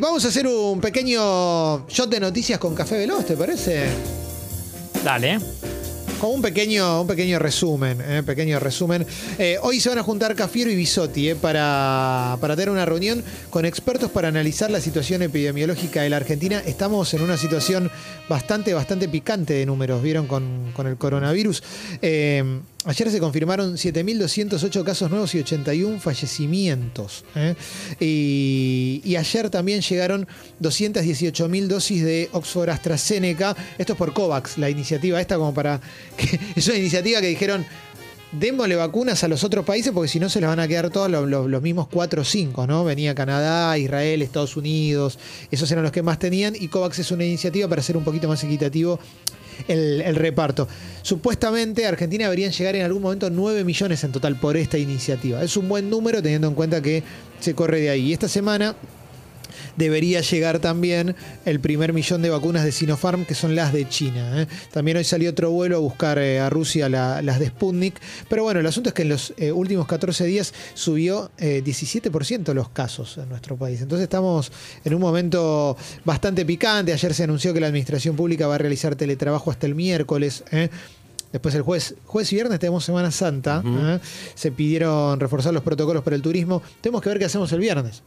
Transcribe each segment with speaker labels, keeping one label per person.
Speaker 1: Vamos a hacer un pequeño shot de noticias con Café Veloz, ¿te parece?
Speaker 2: Dale. ¿eh?
Speaker 1: Con un pequeño, un pequeño resumen, ¿eh? pequeño resumen. Eh, hoy se van a juntar Cafiero y Bisotti ¿eh? para, para tener una reunión con expertos para analizar la situación epidemiológica de la Argentina. Estamos en una situación bastante, bastante picante de números, ¿vieron? Con, con el coronavirus. Eh, ayer se confirmaron 7.208 casos nuevos y 81 fallecimientos. ¿eh? Y, y ayer también llegaron 218.000 dosis de Oxford AstraZeneca. Esto es por COVAX, la iniciativa esta como para... que- es una iniciativa que dijeron, démosle vacunas a los otros países porque si no se les van a quedar todos los, los- los mismos 4 o 5, ¿no? Venía Canadá, Israel, Estados Unidos, esos eran los que más tenían y COVAX es una iniciativa para ser un poquito más equitativo el, el reparto. Supuestamente a Argentina deberían llegar en algún momento 9 millones en total por esta iniciativa. Es un buen número teniendo en cuenta que se corre de ahí. Y esta semana debería llegar también el primer millón de vacunas de Sinopharm, que son las de China. ¿eh? También hoy salió otro vuelo a buscar eh, a Rusia la- las de Sputnik. Pero bueno, el asunto es que en los eh, últimos 14 días subió eh, 17% los casos en nuestro país. Entonces estamos en un momento bastante picante. Ayer se anunció que la Administración Pública va a realizar teletrabajo hasta el miércoles. ¿eh? Después el jueves, jueves y viernes tenemos Semana Santa. ¿eh? Se pidieron reforzar los protocolos para el turismo. Tenemos que ver qué hacemos el viernes.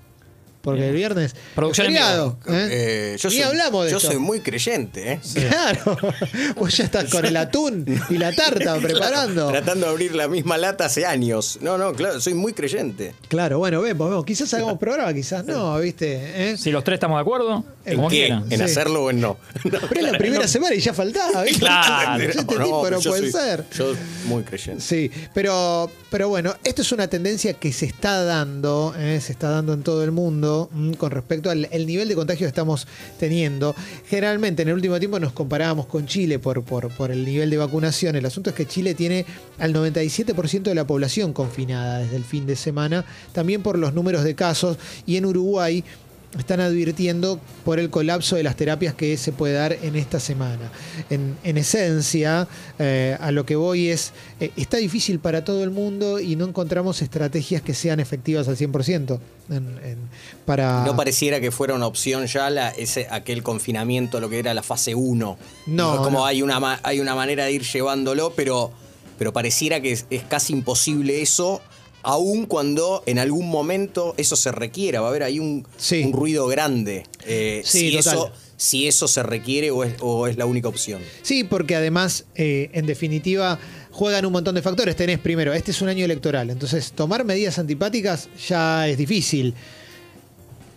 Speaker 1: Porque el viernes.
Speaker 2: Producción
Speaker 1: es feriado, ¿eh?
Speaker 3: Eh, yo
Speaker 1: Ni
Speaker 3: soy,
Speaker 1: hablamos de
Speaker 3: Yo
Speaker 1: esto.
Speaker 3: soy muy creyente, ¿eh?
Speaker 1: Claro. Vos ya estás con el atún y la tarta preparando.
Speaker 3: Tratando de abrir la misma lata hace años. No, no, claro, soy muy creyente.
Speaker 1: Claro, bueno, vemos, vemos. Quizás hagamos programa, quizás no, ¿viste? ¿Eh?
Speaker 2: Si los tres estamos de acuerdo,
Speaker 1: ¿En
Speaker 2: como
Speaker 3: ¿Qué?
Speaker 2: quieran.
Speaker 3: ¿En
Speaker 1: Sí.
Speaker 3: hacerlo o en no? No,
Speaker 1: Pero es la primera semana y ya faltaba, ¿viste?
Speaker 2: Claro.
Speaker 1: Este tipo
Speaker 3: no,
Speaker 1: no,
Speaker 3: pero yo
Speaker 1: puede
Speaker 3: soy-
Speaker 1: ser.
Speaker 3: Yo muy creyente.
Speaker 1: Sí, pero, pero bueno, esto es una tendencia que se está dando, eh, se está dando en todo el mundo mm, con respecto al el nivel de contagio que estamos teniendo. Generalmente en el último tiempo nos comparábamos con Chile por, por, por el nivel de vacunación. El asunto es que Chile tiene al 97% de la población confinada desde el fin de semana, también por los números de casos y en Uruguay están advirtiendo por el colapso de las terapias que se puede dar en esta semana. En, en esencia, eh, a lo que voy es, eh, está difícil para todo el mundo y no encontramos estrategias que sean efectivas al 100% en- en- para...
Speaker 3: No pareciera que fuera una opción ya la, ese, aquel confinamiento, lo que era la fase 1.
Speaker 1: No,
Speaker 3: Como
Speaker 1: no.
Speaker 3: Hay, una, ma- hay una manera de ir llevándolo, pero, pero pareciera que es, es casi imposible eso, aun cuando en algún momento eso se requiera. Va a haber ahí un,
Speaker 1: Sí.
Speaker 3: un ruido grande. eh,
Speaker 1: Sí,
Speaker 3: si,
Speaker 1: total.
Speaker 3: eso, si eso se requiere o es, o es la única opción.
Speaker 1: Sí, porque además, eh, en definitiva, juegan un montón de factores. Tenés primero, este es un año electoral, entonces tomar medidas antipáticas ya es difícil.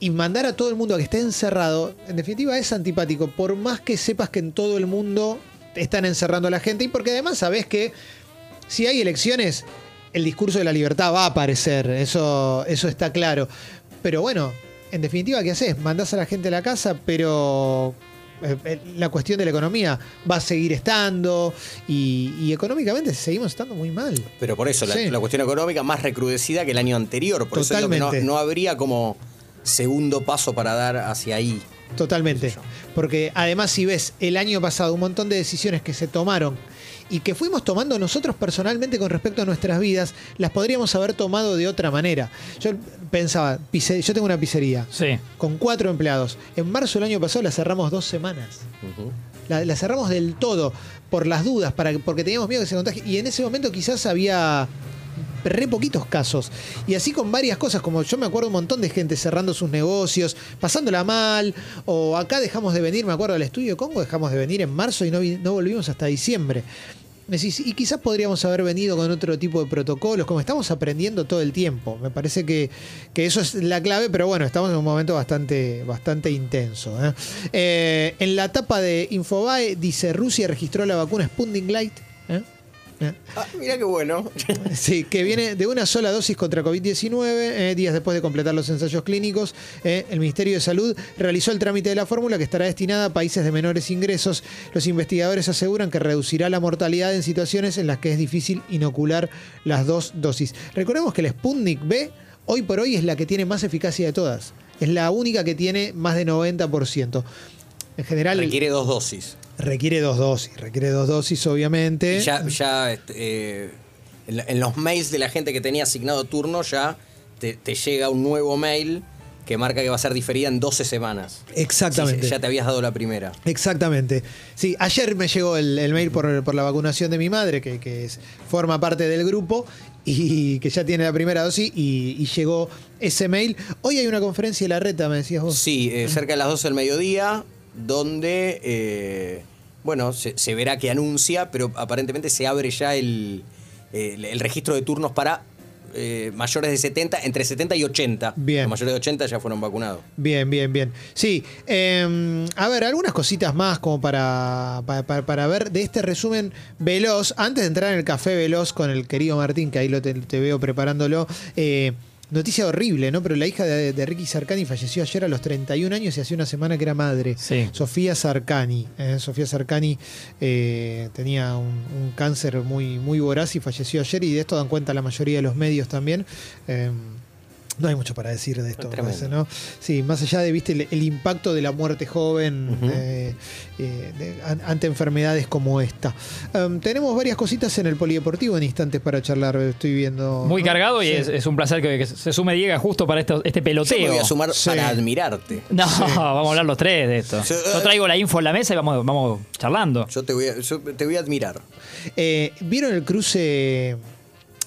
Speaker 1: Y mandar a todo el mundo a que esté encerrado, en definitiva, es antipático, por más que sepas que en todo el mundo están encerrando a la gente y porque además sabés que si hay elecciones, el discurso de la libertad va a aparecer, eso, eso está claro. Pero bueno, en definitiva, ¿qué haces? Mandás a la gente a la casa, pero eh, eh, la cuestión de la economía va a seguir estando y, y económicamente seguimos estando muy mal.
Speaker 3: Pero por eso, la,
Speaker 1: Sí.
Speaker 3: la cuestión económica más recrudecida que el año anterior. Por eso es lo que no-
Speaker 1: Totalmente.
Speaker 3: no habría como segundo paso para dar hacia ahí.
Speaker 1: Totalmente. Porque además si ves el año pasado un montón de decisiones que se tomaron y que fuimos tomando nosotros personalmente con respecto a nuestras vidas, las podríamos haber tomado de otra manera. Yo pensaba, pizze- yo tengo una pizzería
Speaker 2: Sí.
Speaker 1: con cuatro empleados. En marzo del año pasado la cerramos dos semanas. La, la cerramos del todo por las dudas, para, que- porque teníamos miedo que se contagie. Y en ese momento quizás había re poquitos casos. Y así con varias cosas, como yo me acuerdo un montón de gente cerrando sus negocios, pasándola mal, o acá dejamos de venir, me acuerdo del estudio de Congo, dejamos de venir en marzo y no, vi- no volvimos hasta diciembre. Me decís, y quizás podríamos haber venido con otro tipo de protocolos, como estamos aprendiendo todo el tiempo. Me parece que, que eso es la clave, pero bueno, estamos en un momento bastante, bastante intenso. ¿eh? Eh, en la tapa de Infobae dice, Rusia registró la vacuna Sputnik Light. ¿eh? ¿Eh?
Speaker 3: Ah, mira qué bueno.
Speaker 1: Sí, que viene de una sola dosis contra COVID-19, eh, días después de completar los ensayos clínicos. eh, el Ministerio de Salud realizó el trámite de la fórmula que estará destinada a países de menores ingresos. Los investigadores aseguran que reducirá la mortalidad en situaciones en las que es difícil inocular las dos dosis. Recordemos que el Sputnik B hoy por hoy es la que tiene más eficacia de todas. Es la única que tiene más de 90%. En general,
Speaker 3: Requiere dos dosis.
Speaker 1: requiere dos dosis. Requiere dos dosis, obviamente.
Speaker 3: Y Ya, ya este, eh, en, la- en los mails de la gente que tenía asignado turno ya te, te llega un nuevo mail que marca que va a ser diferida en 12 semanas.
Speaker 1: Exactamente.
Speaker 3: Sí, ya te habías dado la primera.
Speaker 1: Exactamente. Sí, ayer me llegó el, el mail por, por la vacunación de mi madre, que, que es- forma parte del grupo y que ya tiene la primera dosis, y, y llegó ese mail. Hoy hay una conferencia de la reta, me decías vos.
Speaker 3: Sí, eh, cerca de las 12 del mediodía, donde, eh, bueno, se, se verá que anuncia, pero aparentemente se abre ya el, el- el registro de turnos para eh, mayores de 70, entre 70 y 80.
Speaker 1: Bien.
Speaker 3: Los mayores de 80 ya fueron vacunados.
Speaker 1: Bien, bien, bien. Sí, eh, a ver, algunas cositas más como para, pa- pa- para, ver de este resumen veloz. Antes de entrar en el café veloz con el querido Martín, que ahí lo te, te veo preparándolo. eh, noticia horrible, ¿no? Pero la hija de, de Ricky Sarcani falleció ayer a los 31 años y hace una semana que era madre.
Speaker 2: Sí.
Speaker 1: Sofía Sarcani. eh, Sofía Sarcani eh, tenía un, un cáncer muy, muy voraz y falleció ayer, y de esto dan cuenta la mayoría de los medios también. Eh, no hay mucho para decir de esto, me
Speaker 3: Tremendo.
Speaker 1: parece, ¿no? Sí, más allá de viste el, el impacto de la muerte joven eh, eh, de- an- ante enfermedades como esta. Em, tenemos varias cositas en el polideportivo en instantes para charlar, estoy viendo.
Speaker 2: Muy
Speaker 1: ¿no?
Speaker 2: cargado y
Speaker 1: Sí.
Speaker 2: es, es un placer que, que se sume Diego justo para esto- este
Speaker 3: Yo me
Speaker 2: peloteo.
Speaker 3: voy a sumar
Speaker 1: Sí.
Speaker 3: para admirarte.
Speaker 2: No, vamos a hablar los tres de esto.
Speaker 3: Sí.
Speaker 2: Yo traigo la info en la mesa y vamos, vamos charlando.
Speaker 3: Yo te voy a, yo te voy a admirar.
Speaker 1: Eh, ¿Vieron el cruce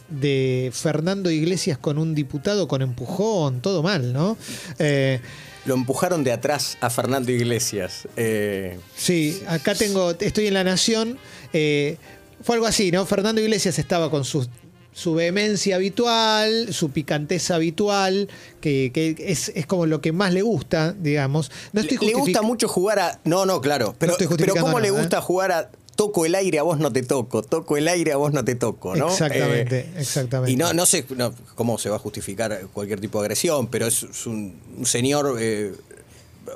Speaker 1: de Fernando Iglesias con un diputado con empujón? Todo mal, ¿no? Eh,
Speaker 3: Lo empujaron de atrás a Fernando Iglesias. Eh,
Speaker 1: Sí, acá tengo, estoy en La Nación. eh, fue algo así, ¿no? Fernando Iglesias estaba con su, su vehemencia habitual, su picanteza habitual, que, que es, es como lo que más le gusta, digamos. No estoy
Speaker 3: le- le gusta
Speaker 1: justific-
Speaker 3: mucho jugar a. No, no, claro. Pero,
Speaker 1: estoy
Speaker 3: pero
Speaker 1: justificando
Speaker 3: ¿cómo le
Speaker 1: nada, ¿eh?
Speaker 3: gusta jugar a. Toco el aire, a vos no te toco. Toco el aire, a vos no te toco, ¿no?
Speaker 1: Exactamente,
Speaker 3: Eh,
Speaker 1: exactamente.
Speaker 3: Y no, no sé no, cómo se va a justificar cualquier tipo de agresión, pero es, es un, un señor eh,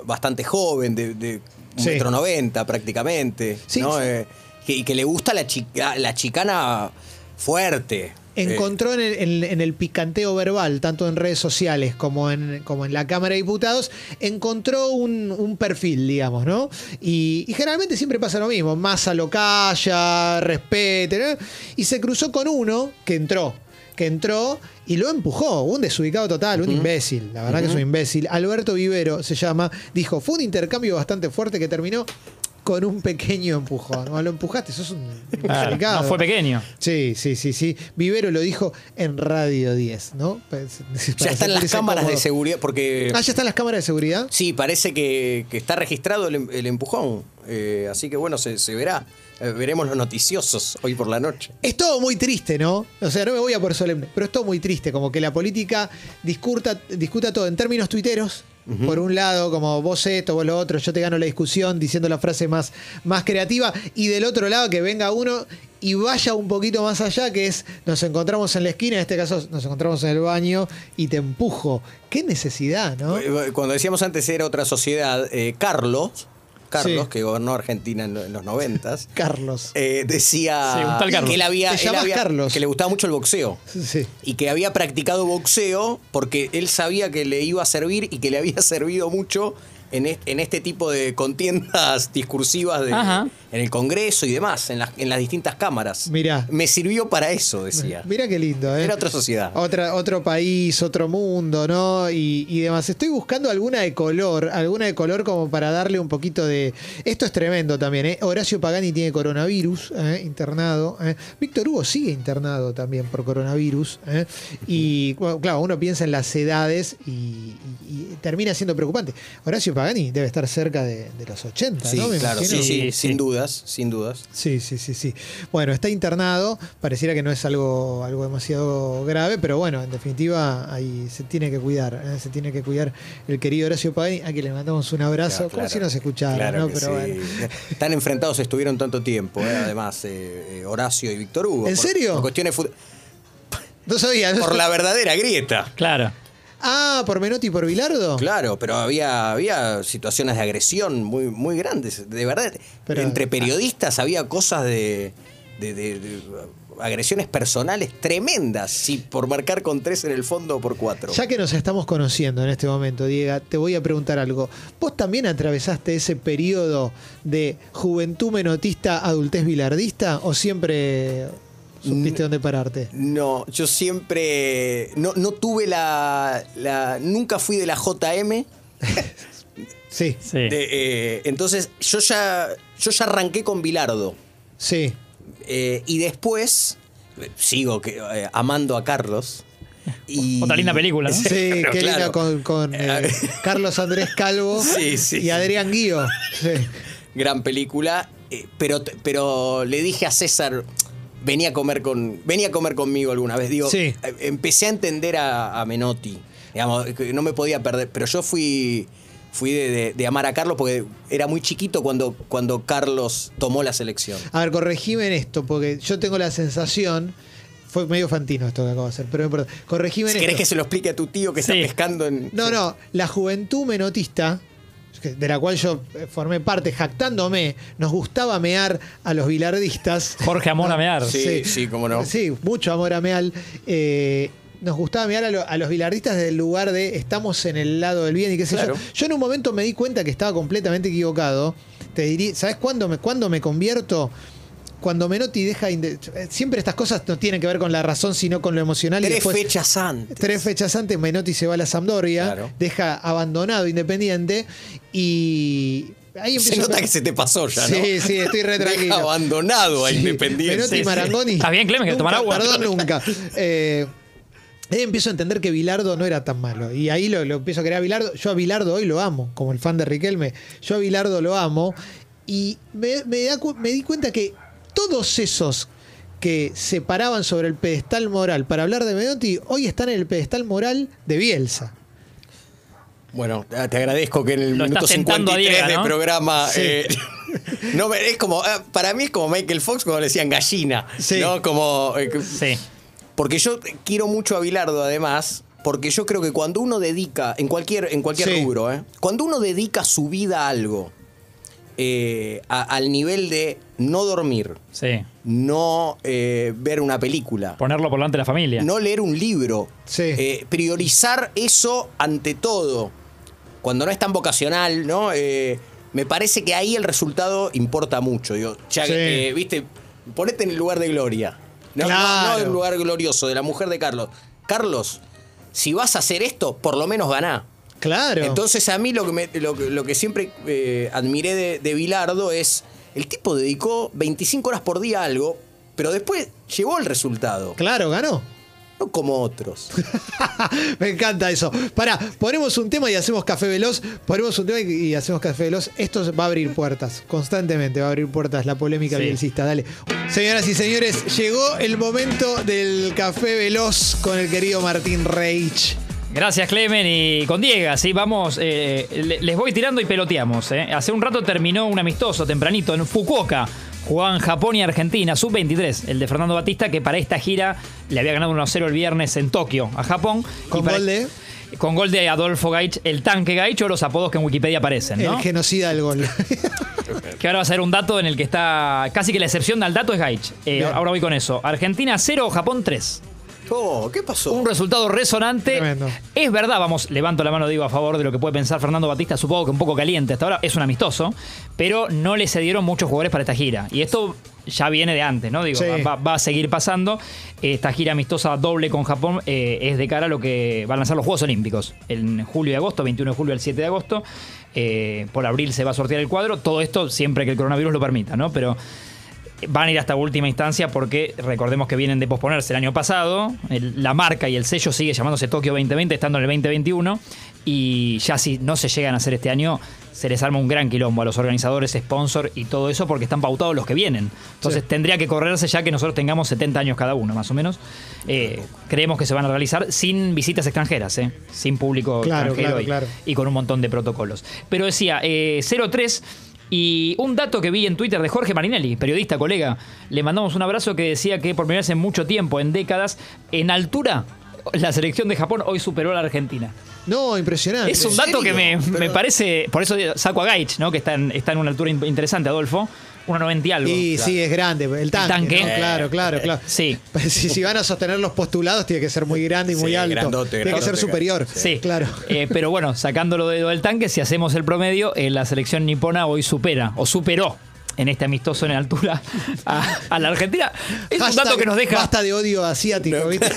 Speaker 3: bastante joven, de, de un
Speaker 1: Sí.
Speaker 3: metro noventa prácticamente,
Speaker 1: Sí,
Speaker 3: ¿no?
Speaker 1: sí.
Speaker 3: Eh, que- y que le gusta la, chica, la chicana fuerte. Eh,
Speaker 1: Encontró en el, en- en el picanteo verbal, tanto en redes sociales como en, como en la Cámara de Diputados, encontró un, un perfil, digamos, ¿no? Y, y generalmente siempre pasa lo mismo, masa lo calla, respete, ¿no? y se cruzó con uno que entró, que entró y lo empujó, un desubicado total, un imbécil, la verdad que es un imbécil. Alberto Vivero se llama, dijo, fue un intercambio bastante fuerte que terminó con un pequeño empujón. Bueno, lo empujaste, sos un...
Speaker 2: Claro,
Speaker 1: delicado.
Speaker 2: no fue pequeño.
Speaker 1: Sí, sí, sí, sí. Vivero lo dijo en Radio 10, ¿no?
Speaker 3: Ya están las cámaras de seguridad, porque.
Speaker 1: Ah, ya están las cámaras de seguridad.
Speaker 3: Sí, parece que, que está registrado el, em- el empujón. Eh, así que bueno, se, se verá. Eh, veremos los noticiosos hoy por la noche.
Speaker 1: Es todo muy triste, ¿no? O sea, no me voy a por solemne, pero es todo muy triste, como que la política discurta, discuta todo en términos tuiteros. Por un lado, como vos esto, vos lo otro, yo te gano la discusión diciendo la frase más, más creativa. Y del otro lado, que venga uno y vaya un poquito más allá, que es nos encontramos en la esquina, en este caso nos encontramos en el baño y te empujo. Qué necesidad, ¿no?
Speaker 3: Eh, Cuando decíamos antes era otra sociedad, eh, Carlos, Carlos,
Speaker 1: Sí.
Speaker 3: que gobernó Argentina en, lo- en los noventas,
Speaker 1: Carlos.
Speaker 3: eh, decía
Speaker 2: Sí, un tal Carlos.
Speaker 3: que él había,
Speaker 1: Te
Speaker 3: él
Speaker 1: llamás
Speaker 3: había-
Speaker 1: Carlos.
Speaker 3: que le gustaba mucho el boxeo.
Speaker 1: Sí.
Speaker 3: y que había practicado boxeo porque él sabía que le iba a servir y que le había servido mucho en, es- en este tipo de contiendas discursivas de-
Speaker 2: Ajá.
Speaker 3: en el Congreso y demás, en las, en las distintas cámaras.
Speaker 1: Mirá.
Speaker 3: Me sirvió para eso, decía.
Speaker 1: Mira qué lindo, ¿eh?
Speaker 3: Era otra sociedad.
Speaker 1: Otra- otro país, otro mundo, ¿no? Y, y demás. Estoy buscando alguna de color, alguna de color como para darle un poquito de. Esto es tremendo también, ¿eh? Horacio Pagani tiene coronavirus, ¿eh? internado. ¿eh? Víctor Hugo sigue internado también por coronavirus. ¿eh? Y bueno, claro, uno piensa en las edades y, y- y termina siendo preocupante. Horacio Pagani debe estar cerca de, de los 80,
Speaker 3: Sí,
Speaker 1: ¿no? Me
Speaker 3: claro, sí,
Speaker 1: imagino.
Speaker 3: sí,
Speaker 2: Sí,
Speaker 3: sin
Speaker 2: sí.
Speaker 3: dudas, sin dudas.
Speaker 1: Sí, sí, sí, sí. Bueno, está internado, pareciera que no es algo, algo demasiado grave, pero bueno, en definitiva ahí se tiene que cuidar, ¿eh? se tiene que cuidar el querido Horacio Pagani, a quien le mandamos un abrazo,
Speaker 3: Claro,
Speaker 1: como
Speaker 3: claro.
Speaker 1: si nos escuchara,
Speaker 3: Claro
Speaker 1: ¿no?
Speaker 3: que
Speaker 1: Pero
Speaker 3: sí.
Speaker 1: bueno.
Speaker 3: Tan enfrentados estuvieron tanto tiempo, ¿eh? además, eh, eh, Horacio y Víctor Hugo.
Speaker 1: ¿En serio?
Speaker 3: Por, cuestiones fut-
Speaker 1: No sabía, ¿no?
Speaker 3: por la verdadera grieta.
Speaker 2: Claro.
Speaker 1: Ah, por Menotti y por Bilardo.
Speaker 3: Claro, pero había, había situaciones de agresión muy, muy grandes, de verdad.
Speaker 1: Pero- ah.
Speaker 3: Entre periodistas había cosas de, de- de- de agresiones personales tremendas, si por marcar con tres en el fondo o por cuatro.
Speaker 1: Ya que nos estamos conociendo en este momento, Diego, te voy a preguntar algo. ¿Vos también atravesaste ese periodo de juventud menotista, adultez bilardista o siempre
Speaker 3: Mm.
Speaker 1: supiste dónde pararte.
Speaker 3: No, yo siempre. No, no tuve la, la- Nunca fui de la JM.
Speaker 1: Sí,
Speaker 2: Sí.
Speaker 3: de, eh, entonces, yo ya, yo ya arranqué con Bilardo.
Speaker 1: sí.
Speaker 3: Eh, y después. eh, Sigo que, eh, amando a Carlos. Y,
Speaker 2: Otra linda película, ¿no?
Speaker 1: Sí, qué
Speaker 3: claro.
Speaker 1: linda con, con, eh, Carlos Andrés Calvo
Speaker 3: Sí, sí,
Speaker 1: y
Speaker 3: sí.
Speaker 1: Adrián Guío. Sí.
Speaker 3: gran película, eh, pero, pero le dije a César, venía a comer con, venía a comer conmigo alguna vez. Digo,
Speaker 1: Sí.
Speaker 3: eh, empecé a entender a, a Menotti. Digamos, que no me podía perder. Pero yo fui. Fui de, de- de amar a Carlos porque era muy chiquito cuando, cuando Carlos tomó la selección.
Speaker 1: A ver, corregime en esto, porque yo tengo la sensación. Fue medio fantino esto que acabo de hacer, pero no importa. Corregime en
Speaker 3: Si querés
Speaker 1: esto.
Speaker 3: que se lo explique a tu tío que
Speaker 2: Sí.
Speaker 3: está pescando en.
Speaker 1: No, no, la juventud menotista, que- de la cual yo eh, formé parte, jactándome, nos gustaba mear a los bilardistas.
Speaker 2: Jorge Amor a mear.
Speaker 3: Sí. cómo no.
Speaker 1: Sí, mucho amor a meal. Eh, nos gustaba mirar a, lo- a los bilardistas desde el lugar de estamos en el lado del bien y qué sé
Speaker 3: Claro.
Speaker 1: yo. Yo en un momento me di cuenta que estaba completamente equivocado. Te diría, ¿sabes cuándo me, cuándo me convierto? Cuando Menotti deja... inde- eh, Siempre estas cosas no tienen que ver con la razón, sino con lo emocional. y
Speaker 3: Tres
Speaker 1: después-
Speaker 3: fechas antes.
Speaker 1: Tres fechas antes, Menotti se va a la Sampdoria,
Speaker 3: Claro.
Speaker 1: deja abandonado Independiente y ahí
Speaker 3: Se
Speaker 1: empieza
Speaker 3: nota que se te pasó ya, ¿no?
Speaker 1: Sí, sí, estoy re tranquilo.
Speaker 3: Deja abandonado a
Speaker 1: Sí,
Speaker 3: Independiente.
Speaker 1: Menotti y
Speaker 2: sí.
Speaker 1: Marangoni.
Speaker 2: Está bien, Clemen, que
Speaker 1: Nunca,
Speaker 2: tomar agua.
Speaker 1: Perdón, nunca. Eh, ahí empiezo a entender que Bilardo no era tan malo. Y ahí lo, lo empiezo a querer a Bilardo. Yo a Bilardo hoy lo amo, como el fan de Riquelme. Yo a Bilardo lo amo. Y me, me da cu- me di cuenta que todos esos que se paraban sobre el pedestal moral para hablar de Menotti, hoy están en el pedestal moral de Bielsa.
Speaker 3: Bueno, ah, te agradezco que en el
Speaker 2: Lo
Speaker 3: minuto
Speaker 2: estás tentando a
Speaker 3: 53
Speaker 2: Diego, ¿no?
Speaker 3: del programa.
Speaker 1: Sí.
Speaker 3: eh, no, me- es como, ah, para mí es como Michael Fox cuando le decían gallina.
Speaker 1: Sí.
Speaker 3: ¿no? Como, eh, que-
Speaker 2: Sí.
Speaker 3: Porque yo quiero mucho a Bilardo, además, porque yo creo que cuando uno dedica, en cualquier, en cualquier
Speaker 1: Sí.
Speaker 3: rubro, ¿eh? cuando uno dedica su vida a algo, eh, a- al nivel de no dormir,
Speaker 2: Sí.
Speaker 3: no eh, ver una película,
Speaker 2: Ponerlo por delante de la familia.
Speaker 3: no leer un libro.
Speaker 1: Sí.
Speaker 3: Eh, priorizar eso ante todo. Cuando no es tan vocacional, ¿no? Eh, me parece que ahí el resultado importa mucho. Digo, ya,
Speaker 1: Sí.
Speaker 3: eh, viste, ponete en el lugar de Gloria. No, no- no
Speaker 1: Claro.
Speaker 3: en el lugar glorioso de la mujer de Carlos. Carlos, si vas a hacer esto, por lo menos ganá.
Speaker 1: Claro.
Speaker 3: Entonces a mí lo que, me- lo, que- lo que siempre eh, admiré de, de Bilardo es, el tipo dedicó 25 horas por día a algo, pero después llevó el resultado,
Speaker 1: claro, ganó.
Speaker 3: no como otros.
Speaker 1: Me encanta eso. Pará, ponemos un tema y hacemos café veloz. Ponemos un tema y y hacemos café veloz. Esto va a abrir puertas, constantemente va a abrir puertas la polémica
Speaker 2: Sí.
Speaker 1: bielcista. Dale. Señoras y señores, llegó el momento del café veloz con el querido Martín Reich.
Speaker 2: Gracias, Clemen. Y con Diego, sí, vamos. eh, le- les voy tirando y peloteamos. eh. Hace un rato terminó un amistoso tempranito en Fukuoka. Jugaban Japón y Argentina, sub-23. El de Fernando Batista, que para esta gira le había ganado 1-0 el viernes en Tokio a Japón.
Speaker 1: Con
Speaker 2: Y para-
Speaker 1: gol de-
Speaker 2: Con gol de Adolfo Gaich, el tanque Gaich o los apodos que en Wikipedia aparecen, ¿no?
Speaker 1: El genocida del gol.
Speaker 2: Que ahora va a ser un dato en el que está casi que la excepción al dato es Gaich. Eh,
Speaker 1: Bien.
Speaker 2: ahora voy con eso. Argentina 0, Japón 3.
Speaker 3: Oh, ¿qué pasó?
Speaker 2: Un resultado resonante.
Speaker 1: Tremendo.
Speaker 2: Es verdad, vamos, levanto la mano, digo, a favor de lo que puede pensar Fernando Batista, supongo que un poco caliente hasta ahora, es un amistoso, pero no le cedieron muchos jugadores para esta gira. Y esto ya viene de antes, ¿no? Digo,
Speaker 1: Sí.
Speaker 2: va, va- va a seguir pasando. Esta gira amistosa doble con Japón eh, es de cara a lo que van a lanzar los Juegos Olímpicos en julio y agosto, 21 de julio al 7 de agosto. Eh, por abril se va a sortear el cuadro. Todo esto siempre que el coronavirus lo permita, ¿no? Pero van a ir hasta última instancia porque recordemos que vienen de posponerse el año pasado. El- la marca y el sello sigue llamándose Tokio 2020, estando en el 2021. Y ya si no se llegan a hacer este año, se les arma un gran quilombo a los organizadores, sponsor y todo eso porque están pautados los que vienen. Entonces
Speaker 1: Sí.
Speaker 2: tendría que correrse ya que nosotros tengamos 70 años cada uno, más o menos. Eh, creemos que se van a realizar sin visitas extranjeras, ¿eh? sin público
Speaker 1: Claro,
Speaker 2: extranjero
Speaker 1: claro,
Speaker 2: y-
Speaker 1: claro.
Speaker 2: y con un montón de protocolos. Pero decía, eh, 0-3. Y un dato que vi en Twitter de Jorge Marinelli, periodista, colega, le mandamos un abrazo que decía que por primera vez en mucho tiempo, en décadas, en altura, la selección de Japón hoy superó a la Argentina.
Speaker 1: No, impresionante.
Speaker 2: Es un
Speaker 3: Ah, ¿en
Speaker 2: dato que me,
Speaker 3: serio?
Speaker 2: me
Speaker 3: Pero-
Speaker 2: parece, por eso saco a Gaich, ¿no? que está en, está en una altura in- interesante, Adolfo, 1,90 y algo.
Speaker 1: Y sí, es grande. El tanque.
Speaker 2: tanque.
Speaker 1: ¿no? Claro, claro, claro.
Speaker 2: Sí.
Speaker 1: Si, si van a sostener los postulados, tiene que ser muy grande y muy
Speaker 3: Sí,
Speaker 1: alto.
Speaker 3: grandote,
Speaker 1: tiene que
Speaker 3: grandote,
Speaker 1: ser superior.
Speaker 2: Sí,
Speaker 1: Claro.
Speaker 2: Eh, pero bueno, sacándolo de- del tanque, si hacemos el promedio, eh, la selección nipona hoy supera, o superó en este amistoso en altura a, a la Argentina. Es un
Speaker 1: Hashtag
Speaker 2: dato que nos deja
Speaker 1: Basta de odio asiático, ¿viste?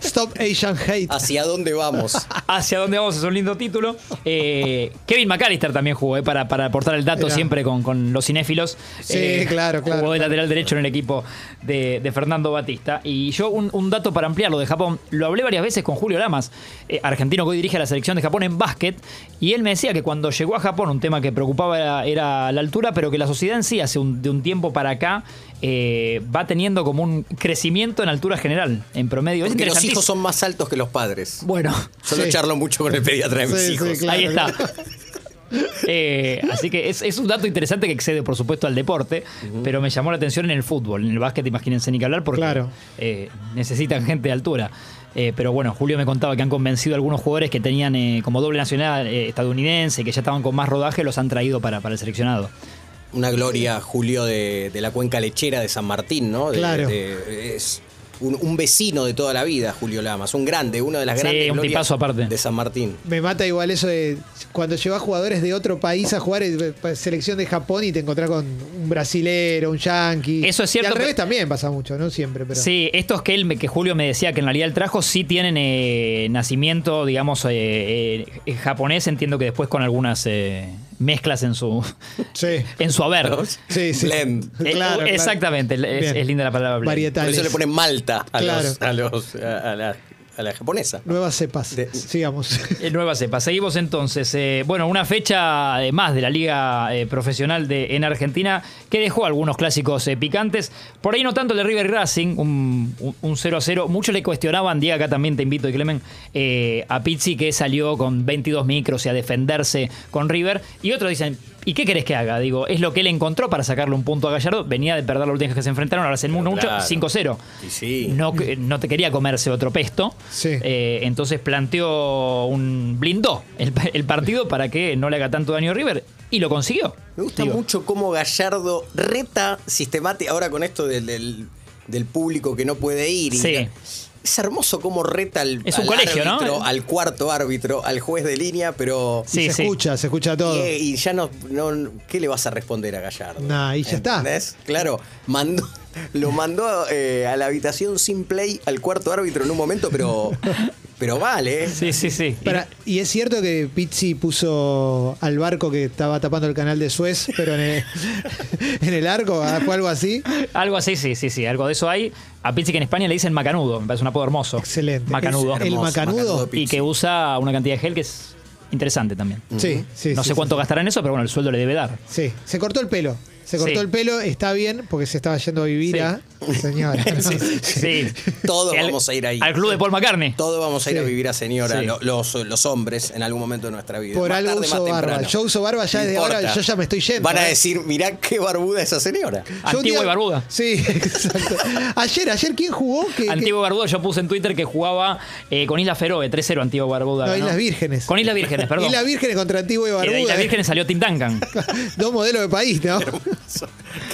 Speaker 1: Stop Asian hate.
Speaker 3: ¿Hacia dónde vamos?
Speaker 2: hacia dónde vamos, es un lindo título. Eh, Kevin McAllister también jugó, eh, para, para aportar el dato
Speaker 1: Mirá.
Speaker 2: siempre con, con los cinéfilos. Eh,
Speaker 1: Sí, claro, claro,
Speaker 2: Jugó de
Speaker 1: claro.
Speaker 2: lateral derecho en el equipo de, de Fernando Batista. Y yo un, un dato para ampliarlo de Japón, lo hablé varias veces con Julio Lamas, eh, argentino que hoy dirige a la selección de Japón en básquet, y él me decía que cuando llegó a Japón un tema que preocupaba era, era la altura, pero que la sociedad en sí hace un- de un tiempo para acá... eh, va teniendo como un crecimiento en altura general, en promedio. Es
Speaker 3: Porque los
Speaker 2: interesantísimo.
Speaker 3: hijos son más altos que los padres.
Speaker 2: Bueno,
Speaker 3: Yo lo
Speaker 1: Sí.
Speaker 3: charlo mucho con el pediatra de mis
Speaker 1: Sí, sí,
Speaker 3: hijos.
Speaker 1: claro.
Speaker 2: Ahí está. Eh, así que es, es un dato interesante que excede, por supuesto, al deporte, pero me llamó la atención en el fútbol. En el básquet, imagínense ni que hablar, porque
Speaker 1: Claro.
Speaker 2: eh, necesitan gente de altura. Eh, pero bueno, Julio me contaba que han convencido a algunos jugadores que tenían eh, como doble nacional eh, estadounidense, que ya estaban con más rodaje, los han traído para, para el seleccionado.
Speaker 3: Una gloria, Julio, de, de la cuenca lechera de San Martín, ¿no? De-
Speaker 1: Claro.
Speaker 3: de- es un, un vecino de toda la vida, Julio Lamas. Un grande, una de las
Speaker 2: Sí,
Speaker 3: grandes
Speaker 2: un
Speaker 3: glorias
Speaker 2: tipazo aparte.
Speaker 3: de San Martín.
Speaker 1: Me mata igual eso de cuando llevas jugadores de otro país a jugar eh, pa- selección de Japón y te encontrás con un brasilero, un yanqui.
Speaker 2: Eso es cierto,
Speaker 1: Y al revés
Speaker 2: pero-
Speaker 1: también pasa mucho, no siempre, pero.
Speaker 2: Sí, estos que, él, me- que Julio me decía que en realidad él trajo sí tienen eh, nacimiento, digamos, eh, eh, japonés, entiendo que después con algunas eh, mezclas en su,
Speaker 1: Sí.
Speaker 2: en su haber.
Speaker 1: Sí, sí.
Speaker 3: Blend.
Speaker 2: Eh,
Speaker 1: Claro,
Speaker 2: exactamente, es-
Speaker 1: Bien.
Speaker 2: es linda la palabra blend.
Speaker 3: Por
Speaker 1: Varietales.
Speaker 3: eso le ponen Malta a,
Speaker 1: Claro.
Speaker 3: los- a los- a- a la, a la japonesa.
Speaker 1: Nuevas cepas.
Speaker 3: De-
Speaker 1: Sigamos.
Speaker 2: Eh, Nueva cepa. Seguimos entonces. eh, bueno, una fecha eh, más de la Liga eh, Profesional de, en Argentina que dejó algunos clásicos eh, picantes. Por ahí no tanto el de River Racing, un, un- un 0 a 0. Muchos le cuestionaban, Diego, acá también te invito, y Clemen, eh, a Pizzi que salió con 22 micros y a defenderse con River. Y otros dicen, ¿y qué querés que haga? Digo, es lo que él encontró para sacarle un punto a Gallardo. Venía de perder la última vez que se enfrentaron, ahora se mucho,
Speaker 3: claro.
Speaker 2: 5-0.
Speaker 3: Y sí.
Speaker 2: No, que- no te quería comerse otro pesto.
Speaker 1: Mm. Sí.
Speaker 2: Eh, entonces planteó un. blindó el, pa- el partido para que no le haga tanto daño a River. Y lo consiguió.
Speaker 3: Me gusta
Speaker 2: Digo,
Speaker 3: mucho cómo Gallardo reta sistemáticamente, ahora con esto del, del- del público que no puede ir. y-
Speaker 2: Sí.
Speaker 3: es hermoso cómo reta al,
Speaker 2: Es un
Speaker 3: al
Speaker 2: colegio, ¿no?
Speaker 3: árbitro, al cuarto árbitro, al juez de línea, pero...
Speaker 1: Y
Speaker 3: eh,
Speaker 2: Sí,
Speaker 1: se
Speaker 2: sí.
Speaker 1: escucha, se escucha todo.
Speaker 3: Y, y ya no, no- ¿Qué le vas a responder a Gallardo?
Speaker 1: Nah, y ya está.
Speaker 3: ¿Entendés? Claro, mandó, lo mandó eh, a la habitación sin play al cuarto árbitro en un momento, pero, pero mal, ¿eh?
Speaker 2: Sí, sí, sí. Y-
Speaker 1: Pará, y es cierto que Pizzi puso al barco que estaba tapando el canal de Suez, pero en el, en el arco, ah, fue algo así.
Speaker 2: Algo así, sí, sí, sí. Algo de eso hay. A Pizzi que en España le dicen macanudo. Me parece un apodo hermoso.
Speaker 1: Excelente.
Speaker 2: Macanudo.
Speaker 1: Es el
Speaker 3: Hermoso,
Speaker 1: macanudo.
Speaker 2: Y que usa una cantidad de gel que es interesante también.
Speaker 3: Mm.
Speaker 1: Sí, sí.
Speaker 2: no
Speaker 1: sí, sí,
Speaker 2: sé cuánto
Speaker 1: sí.
Speaker 2: gastará en eso, pero bueno, el sueldo le debe dar.
Speaker 1: Sí, se cortó el pelo. Se cortó
Speaker 2: Sí.
Speaker 1: el pelo, está bien, porque se estaba yendo a vivir
Speaker 2: Sí.
Speaker 1: a. Señora.
Speaker 2: Sí.
Speaker 3: Todos
Speaker 2: Al-
Speaker 3: vamos a ir ahí.
Speaker 2: Al club de Paul McCartney.
Speaker 3: Todos vamos a ir a
Speaker 1: Sí.
Speaker 3: vivir a señora,
Speaker 2: Sí.
Speaker 3: lo- los, los hombres, en algún momento de nuestra vida.
Speaker 1: Por
Speaker 3: Más
Speaker 1: algo
Speaker 3: tarde, más
Speaker 1: uso barba.
Speaker 3: temprano.
Speaker 1: Yo uso barba ya
Speaker 3: No
Speaker 1: desde
Speaker 3: importa.
Speaker 1: ahora, yo ya me estoy yendo.
Speaker 3: Van a
Speaker 1: ¿eh?
Speaker 3: decir, mirá qué barbuda esa señora.
Speaker 1: Yo un
Speaker 2: Antigua
Speaker 1: día-
Speaker 2: y barbuda.
Speaker 1: Sí, exacto. Ayer, ayer, ¿quién jugó? Que- que-
Speaker 2: Antiguo Barbuda, yo puse en Twitter que jugaba eh, con Isla Feroe, 3-0 Antiguo Barbuda.
Speaker 1: No,
Speaker 2: ganó.
Speaker 1: Islas Vírgenes.
Speaker 2: Con Islas Vírgenes, perdón.
Speaker 1: Y la Virgen contra Antigua y
Speaker 2: Que
Speaker 1: Barbuda.
Speaker 2: de Islas
Speaker 1: ¿eh?
Speaker 2: Vírgenes salió Tim Duncan.
Speaker 1: Dos modelos de país, ¿no?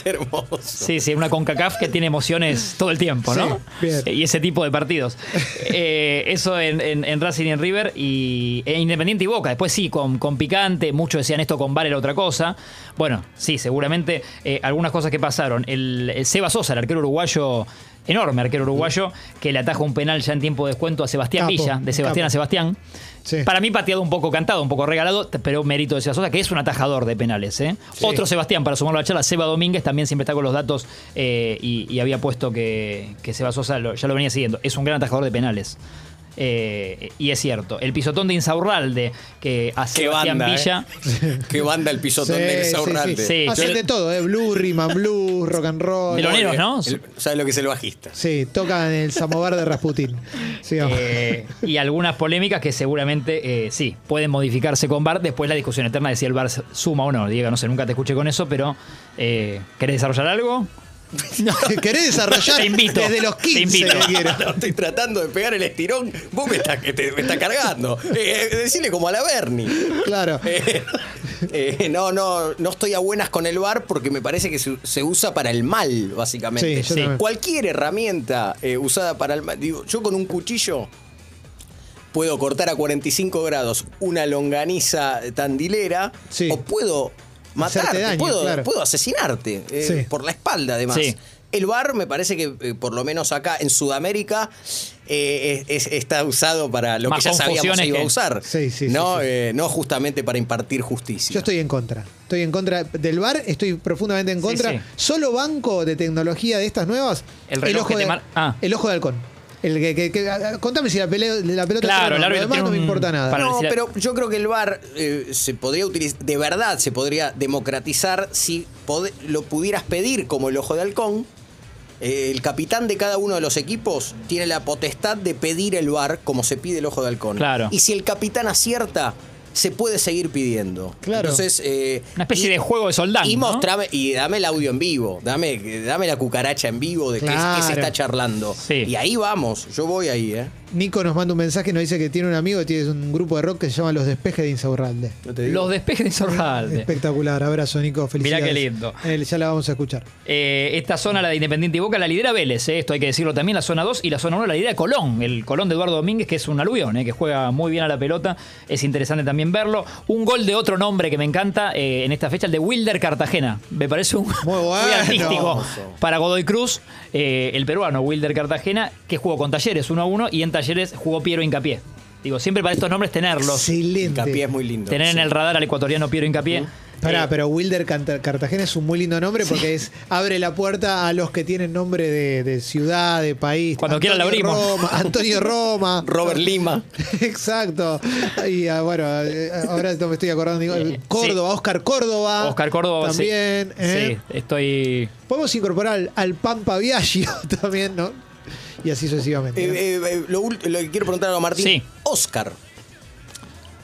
Speaker 3: qué hermoso.
Speaker 2: Sí, sí, una CONCACAF que tiene emociones todo el tiempo, ¿no?
Speaker 1: Sí, bien.
Speaker 2: Eh, Y ese tipo de partidos. Eh, eso en, en- en Racing y en River y e Independiente y Boca. Después sí, con, con Picante, muchos decían esto con Var era otra cosa. Bueno, sí, seguramente eh, algunas cosas que pasaron. El, el Seba Sosa, el arquero uruguayo, enorme arquero uruguayo, que le ataja un penal ya en tiempo de descuento a Sebastián
Speaker 1: Capo,
Speaker 2: Villa, de Sebastián
Speaker 1: capo.
Speaker 2: a Sebastián.
Speaker 1: Sí.
Speaker 2: Para mí pateado un poco cantado, un poco regalado, t- pero mérito de Seba Sosa, que es un atajador de penales. ¿eh?
Speaker 1: Sí.
Speaker 2: Otro Sebastián, para sumarlo a la charla, Seba Domínguez también siempre está con los datos eh, y, y había puesto que, que Seba Sosa lo- ya lo venía siguiendo. Es un gran atajador de penales. Eh, y es cierto. El pisotón de Insaurralde, que a
Speaker 3: Qué
Speaker 2: Sebastián
Speaker 3: banda.
Speaker 2: Villa.
Speaker 3: ¿eh? Qué banda el pisotón de Elsa Urralde.
Speaker 1: sí.
Speaker 2: Sí,
Speaker 1: Hacen
Speaker 2: yo-
Speaker 1: de todo, ¿eh? Blue, Riman Blue, Rock and Roll.
Speaker 2: Meloneros,
Speaker 3: Pobre,
Speaker 2: ¿no?
Speaker 3: el- ¿Sabes lo que es el bajista?
Speaker 1: Sí, tocan el samovar de Rasputin. Sigamos.
Speaker 2: eh, y algunas polémicas que seguramente eh, sí pueden modificarse con VAR. Después la discusión eterna de si el VAR suma o no. Diego, no sé, nunca te escuché con eso, pero eh, ¿querés desarrollar algo?
Speaker 1: ¿Querés desarrollar
Speaker 2: Te invito,
Speaker 1: desde los
Speaker 2: te
Speaker 1: 15?
Speaker 2: invito.
Speaker 1: que quiero.
Speaker 3: No, estoy tratando de pegar el estirón. Vos me estás, que te- me estás cargando. Eh, eh, decile como a la Bernie.
Speaker 1: Claro.
Speaker 3: Eh, eh, no, no, no estoy a buenas con el bar porque me parece que se, se usa para el mal, básicamente.
Speaker 1: Sí, yo también.
Speaker 3: Cualquier herramienta eh, usada para el mal. Digo, yo con un cuchillo puedo cortar a 45 grados una longaniza tandilera
Speaker 1: Sí.
Speaker 3: o puedo
Speaker 1: hacerte
Speaker 3: matarte,
Speaker 1: daño,
Speaker 3: puedo,
Speaker 1: claro.
Speaker 3: puedo asesinarte eh,
Speaker 1: Sí.
Speaker 3: por la espalda además.
Speaker 2: Sí.
Speaker 3: El bar me parece que eh, por lo menos acá en Sudamérica eh, es- es- está usado para lo
Speaker 2: Más
Speaker 3: que ya sabíamos
Speaker 2: confusiones
Speaker 3: se iba a
Speaker 2: que-
Speaker 3: usar,
Speaker 1: Sí, sí, sí,
Speaker 3: no,
Speaker 1: sí.
Speaker 3: eh, no justamente para impartir justicia.
Speaker 1: Yo estoy en contra. Estoy en contra del bar, estoy profundamente en
Speaker 2: Sí,
Speaker 1: contra.
Speaker 2: sí.
Speaker 1: Solo banco de tecnología de estas nuevas.
Speaker 2: El reloj
Speaker 1: ojo
Speaker 2: que te
Speaker 1: de,
Speaker 2: mar- ah.
Speaker 1: el ojo de halcón. El que, que- que- ah, contame si la, pelea, la pelota entra
Speaker 2: Claro,
Speaker 1: o no,
Speaker 2: el árbitro
Speaker 1: lo demás
Speaker 2: tiene
Speaker 1: no me
Speaker 2: un-
Speaker 1: importa nada.
Speaker 2: para-
Speaker 3: no,
Speaker 2: decir-
Speaker 3: pero yo creo que el bar se podría utilizar, de verdad se podría democratizar si pod- lo pudieras pedir como el ojo de halcón. Eh, el capitán de cada uno de los equipos tiene la potestad de pedir el bar como se pide el ojo de halcón.
Speaker 2: Claro.
Speaker 3: Y si el capitán acierta, se puede seguir pidiendo.
Speaker 1: Claro.
Speaker 3: Entonces, eh,
Speaker 2: Una especie
Speaker 3: y-
Speaker 2: de juego de soldado.
Speaker 3: y mostrame, y dame el audio en vivo, dame, dame la cucaracha en vivo de qué- qué,
Speaker 1: Claro.
Speaker 3: se está charlando.
Speaker 2: Sí.
Speaker 3: Y ahí vamos, yo voy ahí, ¿eh?
Speaker 1: Nico nos manda un mensaje, nos dice que tiene un amigo que tiene un grupo de rock que se llama Los Despejes de Insaurralde.
Speaker 3: No te digo.
Speaker 2: Los despejes de Sorralde.
Speaker 1: Espectacular, abrazo Nico, felicidades.
Speaker 2: qué lindo.
Speaker 1: Eh, ya la vamos a escuchar.
Speaker 2: Eh, esta zona, la de Independiente y Boca, la lidera Vélez, eh, esto hay que decirlo también, la zona 2 y la zona 1 la lidera Colón, el Colón de Eduardo Domínguez, que es un aluvión, eh, que juega muy bien a la pelota, es interesante también verlo. Un gol de otro nombre que me encanta eh, en esta fecha, el de Wilder Cartagena, me parece un
Speaker 1: Muy bueno.
Speaker 2: artístico para Godoy Cruz, eh, el peruano Wilder Cartagena, que jugó con Talleres 1 a 1 y en Talleres jugó Piero Incapié. Digo, siempre para estos nombres tenerlos,
Speaker 1: Excelente.
Speaker 3: Hincapié es muy lindo.
Speaker 2: tener en
Speaker 3: Sí.
Speaker 2: el radar al ecuatoriano Piero Incapié.
Speaker 1: Pará,
Speaker 2: Eh,
Speaker 1: pero Wilder Canta- Cartagena es un muy lindo nombre porque es, abre la puerta a los que tienen nombre de, de ciudad, de país.
Speaker 2: Cuando
Speaker 1: Antonio
Speaker 2: quiera la abrimos.
Speaker 1: Roma, Antonio Roma.
Speaker 3: Robert Lima.
Speaker 1: Exacto. Y ah, bueno, eh, ahora no me estoy acordando. digo,
Speaker 2: Eh,
Speaker 1: Córdoba, Oscar Córdoba.
Speaker 2: Oscar Córdoba sí.
Speaker 1: También. ¿eh?
Speaker 2: Sí, estoy
Speaker 1: Podemos incorporar al, al Pampa Viaggio también, ¿no? Y así sucesivamente.
Speaker 3: Eh,
Speaker 1: ¿no?
Speaker 3: eh, eh, lo, ult- lo que quiero preguntar a Martín.
Speaker 2: Sí.
Speaker 3: Oscar.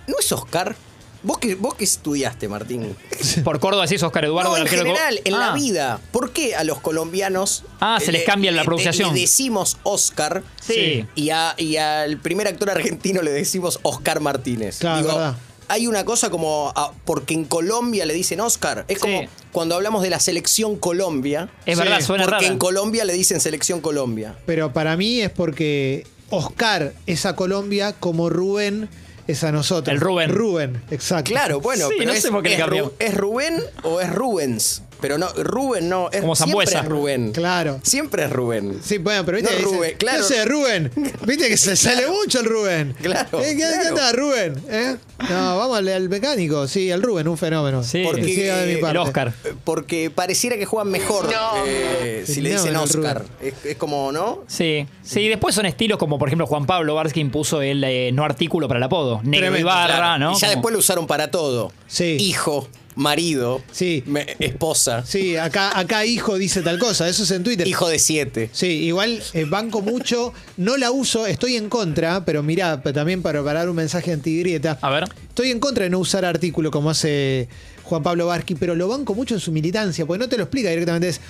Speaker 3: ¿No es Oscar? ¿Vos que, vos que estudiaste, Martín?
Speaker 2: Por Córdoba decís Oscar Eduardo.
Speaker 3: no, en
Speaker 2: el arquero de
Speaker 3: general,
Speaker 2: Córdoba.
Speaker 3: en la
Speaker 2: Ah,
Speaker 3: vida. ¿Por qué a los colombianos... eh,
Speaker 2: Ah, se les cambia la
Speaker 3: le- le-
Speaker 2: pronunciación.
Speaker 3: Le decimos Oscar.
Speaker 2: Sí.
Speaker 3: Y, a- y al primer actor argentino le decimos Oscar Martínez.
Speaker 1: Claro, verdad.
Speaker 3: Hay una cosa como... ah, porque en Colombia le dicen Oscar. Es
Speaker 2: Sí.
Speaker 3: como cuando hablamos de la selección Colombia.
Speaker 2: Es
Speaker 1: Sí,
Speaker 2: verdad, suena
Speaker 3: porque
Speaker 2: raro.
Speaker 3: en Colombia le dicen selección Colombia.
Speaker 1: Pero para mí es porque Oscar es a Colombia como Rubén es a nosotros.
Speaker 2: El Rubén.
Speaker 1: Rubén, exacto.
Speaker 3: Claro, bueno,
Speaker 2: Sí,
Speaker 3: pero
Speaker 2: no
Speaker 3: es,
Speaker 2: sé por qué le
Speaker 3: es
Speaker 2: cambió.
Speaker 3: Ru- ¿es Rubén o es Rubens? Pero no, Rubén no, es
Speaker 2: Como
Speaker 3: siempre
Speaker 2: Sambuesa.
Speaker 3: es Rubén.
Speaker 1: Claro.
Speaker 3: Siempre es Rubén.
Speaker 1: Sí, bueno, pero viste.
Speaker 3: No,
Speaker 1: que dicen,
Speaker 3: Rubén, claro.
Speaker 1: "¿Qué hace Rubén. Viste que se sale mucho el Rubén.
Speaker 3: Claro,
Speaker 1: ¿Eh? ¿Qué,
Speaker 3: claro.
Speaker 1: qué onda, Rubén? ¿Eh? No, vamos al, al mecánico. Sí, al Rubén, un fenómeno.
Speaker 2: Sí.
Speaker 1: Porque,
Speaker 3: Porque,
Speaker 1: siga de mi
Speaker 3: eh, el
Speaker 1: parte.
Speaker 2: El Oscar.
Speaker 3: Porque pareciera que juegan mejor eh, si le
Speaker 1: No,
Speaker 3: dicen
Speaker 1: no,
Speaker 3: Oscar.
Speaker 1: Rubén.
Speaker 3: Es, es como, ¿no?
Speaker 2: Sí, sí, después son estilos como, por ejemplo, Juan Pablo Varsky impuso el eh, no artículo para el apodo. Negro
Speaker 1: Tremendo,
Speaker 2: Ibarra,
Speaker 3: Claro.
Speaker 2: ¿no?
Speaker 3: Y ya
Speaker 2: Como-
Speaker 3: después lo usaron para todo.
Speaker 1: Sí.
Speaker 3: Hijo, marido,
Speaker 1: Sí.
Speaker 3: me- esposa,
Speaker 1: Sí, acá, acá hijo dice tal cosa. Eso es en Twitter.
Speaker 3: hijo de siete.
Speaker 1: Sí, igual eh, banco mucho, no la uso, estoy en contra, pero mirá, pa- también para preparar un mensaje antigrieta.
Speaker 2: A ver.
Speaker 1: Estoy en contra de no usar artículo como hace Juan Pablo Varsky, pero lo banco mucho en su militancia, porque no te lo explica directamente. Es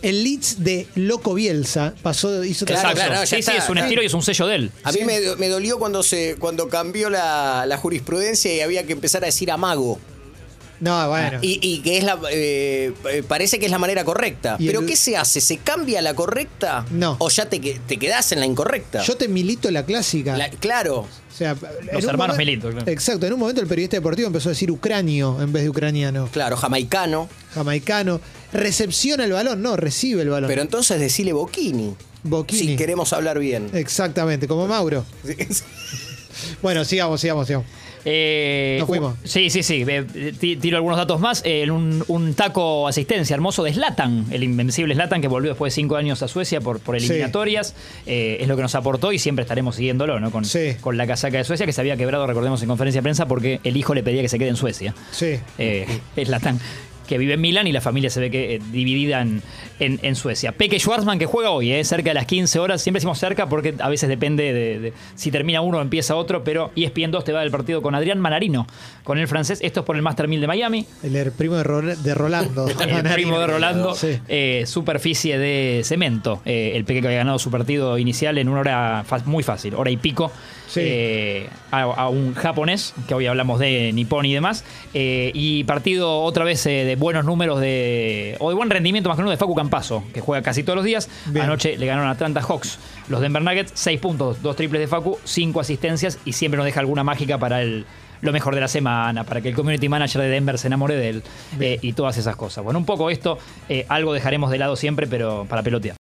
Speaker 1: el Leeds de Loco Bielsa pasó, hizo tal
Speaker 2: Exacto.
Speaker 1: cosa.
Speaker 3: claro, ya
Speaker 2: sí,
Speaker 3: está,
Speaker 2: sí, es un
Speaker 3: claro.
Speaker 2: estilo y es un sello de él.
Speaker 3: A mí me, me dolió cuando se cuando cambió la, la jurisprudencia y había que empezar a decir amago.
Speaker 1: No, bueno.
Speaker 3: Y, y que es la. eh, eh, parece que es la manera correcta.
Speaker 1: Y
Speaker 3: Pero
Speaker 1: el-
Speaker 3: ¿qué se hace? ¿Se cambia la correcta?
Speaker 1: No.
Speaker 3: ¿O ya te, que- te quedás en la incorrecta?
Speaker 1: Yo te milito la clásica.
Speaker 3: La- claro.
Speaker 1: O sea, en un
Speaker 2: hermanos
Speaker 1: momen-
Speaker 2: Milito, claro.
Speaker 1: Exacto, en un momento el periodista deportivo empezó a decir ucranio en vez de ucraniano,
Speaker 3: Claro, jamaicano.
Speaker 1: jamaicano. Recepciona el balón, no, recibe el balón.
Speaker 3: Pero entonces decile Boquini.
Speaker 1: Bochini.
Speaker 3: Si queremos hablar bien.
Speaker 1: Exactamente, como Mauro. Bueno, sigamos, sigamos, sigamos.
Speaker 2: Eh,
Speaker 1: Nos fuimos.
Speaker 2: u- Sí, sí, sí. eh, ti- Tiro algunos datos más. Eh, en un, un taco asistencia hermoso de Slatan, el invencible Slatan, que volvió después de cinco años a Suecia por, por
Speaker 1: Sí.
Speaker 2: eliminatorias. Eh, es lo que nos aportó y siempre estaremos siguiéndolo, ¿no? Con,
Speaker 1: Sí.
Speaker 2: con la casaca de Suecia, que se había quebrado, recordemos, en conferencia de prensa, porque el hijo le pedía que se quede en Suecia.
Speaker 1: Sí.
Speaker 2: Eh, Zlatan, que vive en Milán y la familia se ve que eh, dividida en, en- en Suecia. Peke Schwarzman que juega hoy, eh, cerca de las 15 horas. Siempre decimos cerca porque a veces depende de, de si termina uno o empieza otro, pero E ESPN 2 te va del partido con Adrián Manarino, con el francés. Esto es por el Master 1000 de Miami.
Speaker 1: El, her- primo de, Ro- de Rolando.
Speaker 2: El primo de Rolando,
Speaker 1: Sí.
Speaker 2: eh, superficie de cemento. Eh, el Peque que había ganado su partido inicial en una hora fa- muy fácil, hora y pico,
Speaker 1: Sí.
Speaker 2: eh, a, a un japonés, que hoy hablamos de Nippon y demás. Eh, y partido otra vez eh, de buenos números de, o de buen rendimiento más que nada de Facu Campazo, que juega casi todos los días.
Speaker 1: Bien.
Speaker 2: Anoche le ganaron a Atlanta Hawks. Los Denver Nuggets, 6 puntos, dos triples de Facu, cinco asistencias y siempre nos deja alguna mágica para el lo mejor de la semana, para que el community manager de Denver se enamore de él eh, y todas esas cosas. Bueno, un poco esto, eh, algo dejaremos de lado siempre, pero para pelotear.